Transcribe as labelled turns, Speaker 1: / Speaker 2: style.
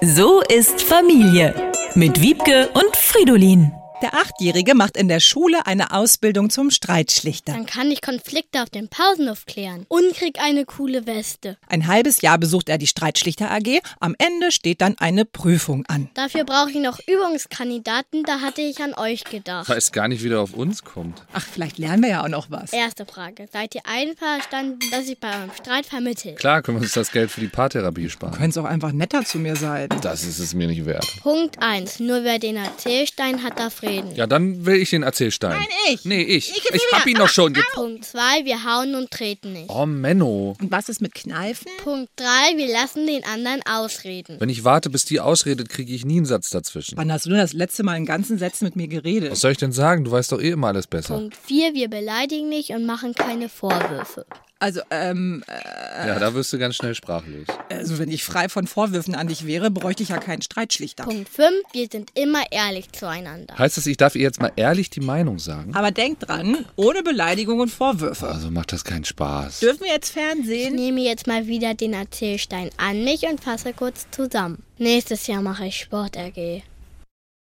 Speaker 1: So ist Familie mit Wiebke und Fridolin.
Speaker 2: Der Achtjährige macht in der Schule eine Ausbildung zum Streitschlichter.
Speaker 3: Dann kann ich Konflikte auf dem Pausenhof klären und krieg eine coole Weste.
Speaker 2: Ein halbes Jahr besucht er die Streitschlichter AG. Am Ende steht dann eine Prüfung an.
Speaker 3: Dafür brauche ich noch Übungskandidaten, da hatte ich an euch gedacht.
Speaker 4: Weiß gar nicht, wie der auf uns kommt.
Speaker 2: Ach, vielleicht lernen wir ja auch noch was.
Speaker 3: Erste Frage. Seid ihr einverstanden, dass ich bei eurem Streit vermittle?
Speaker 4: Klar können wir uns das Geld für die Paartherapie sparen.
Speaker 2: Könnt's auch einfach netter zu mir sein.
Speaker 4: Das ist es mir nicht wert.
Speaker 3: Punkt 1. Nur wer den Erzählstein hat, darf reden.
Speaker 4: Ja, dann will ich den Erzählstein. Nein, ich. Nee, ich. Ich, hab ihn doch schon. Jetzt.
Speaker 3: Punkt 2. Wir hauen und treten nicht.
Speaker 4: Oh, Menno.
Speaker 2: Und was ist mit Kneifen?
Speaker 3: Punkt 3. Wir lassen den anderen ausreden.
Speaker 4: Wenn ich warte, bis die ausredet, kriege ich nie einen Satz dazwischen.
Speaker 2: Wann hast du denn das letzte Mal in ganzen Sätzen mit mir
Speaker 4: Was
Speaker 2: geredet?
Speaker 4: soll ich denn sagen? Du weißt doch eh immer alles besser.
Speaker 3: Punkt 4. Wir beleidigen nicht und machen keine Vorwürfe.
Speaker 2: Also, ähm,
Speaker 4: Ja, da wirst du ganz schnell sprachlos.
Speaker 2: also wenn ich frei von Vorwürfen an dich wäre, bräuchte ich ja keinen Streitschlichter.
Speaker 3: Punkt 5. Wir sind immer ehrlich zueinander.
Speaker 4: Heißt das, ich darf ihr jetzt mal ehrlich die Meinung sagen?
Speaker 2: Aber denk dran, ohne Beleidigung und Vorwürfe.
Speaker 4: Also macht das keinen Spaß.
Speaker 2: Dürfen wir jetzt
Speaker 3: Ich
Speaker 2: Fernsehen?
Speaker 3: nehme jetzt mal wieder den Erzählstein an mich und fasse kurz zusammen. Nächstes Jahr mache ich Sport AG.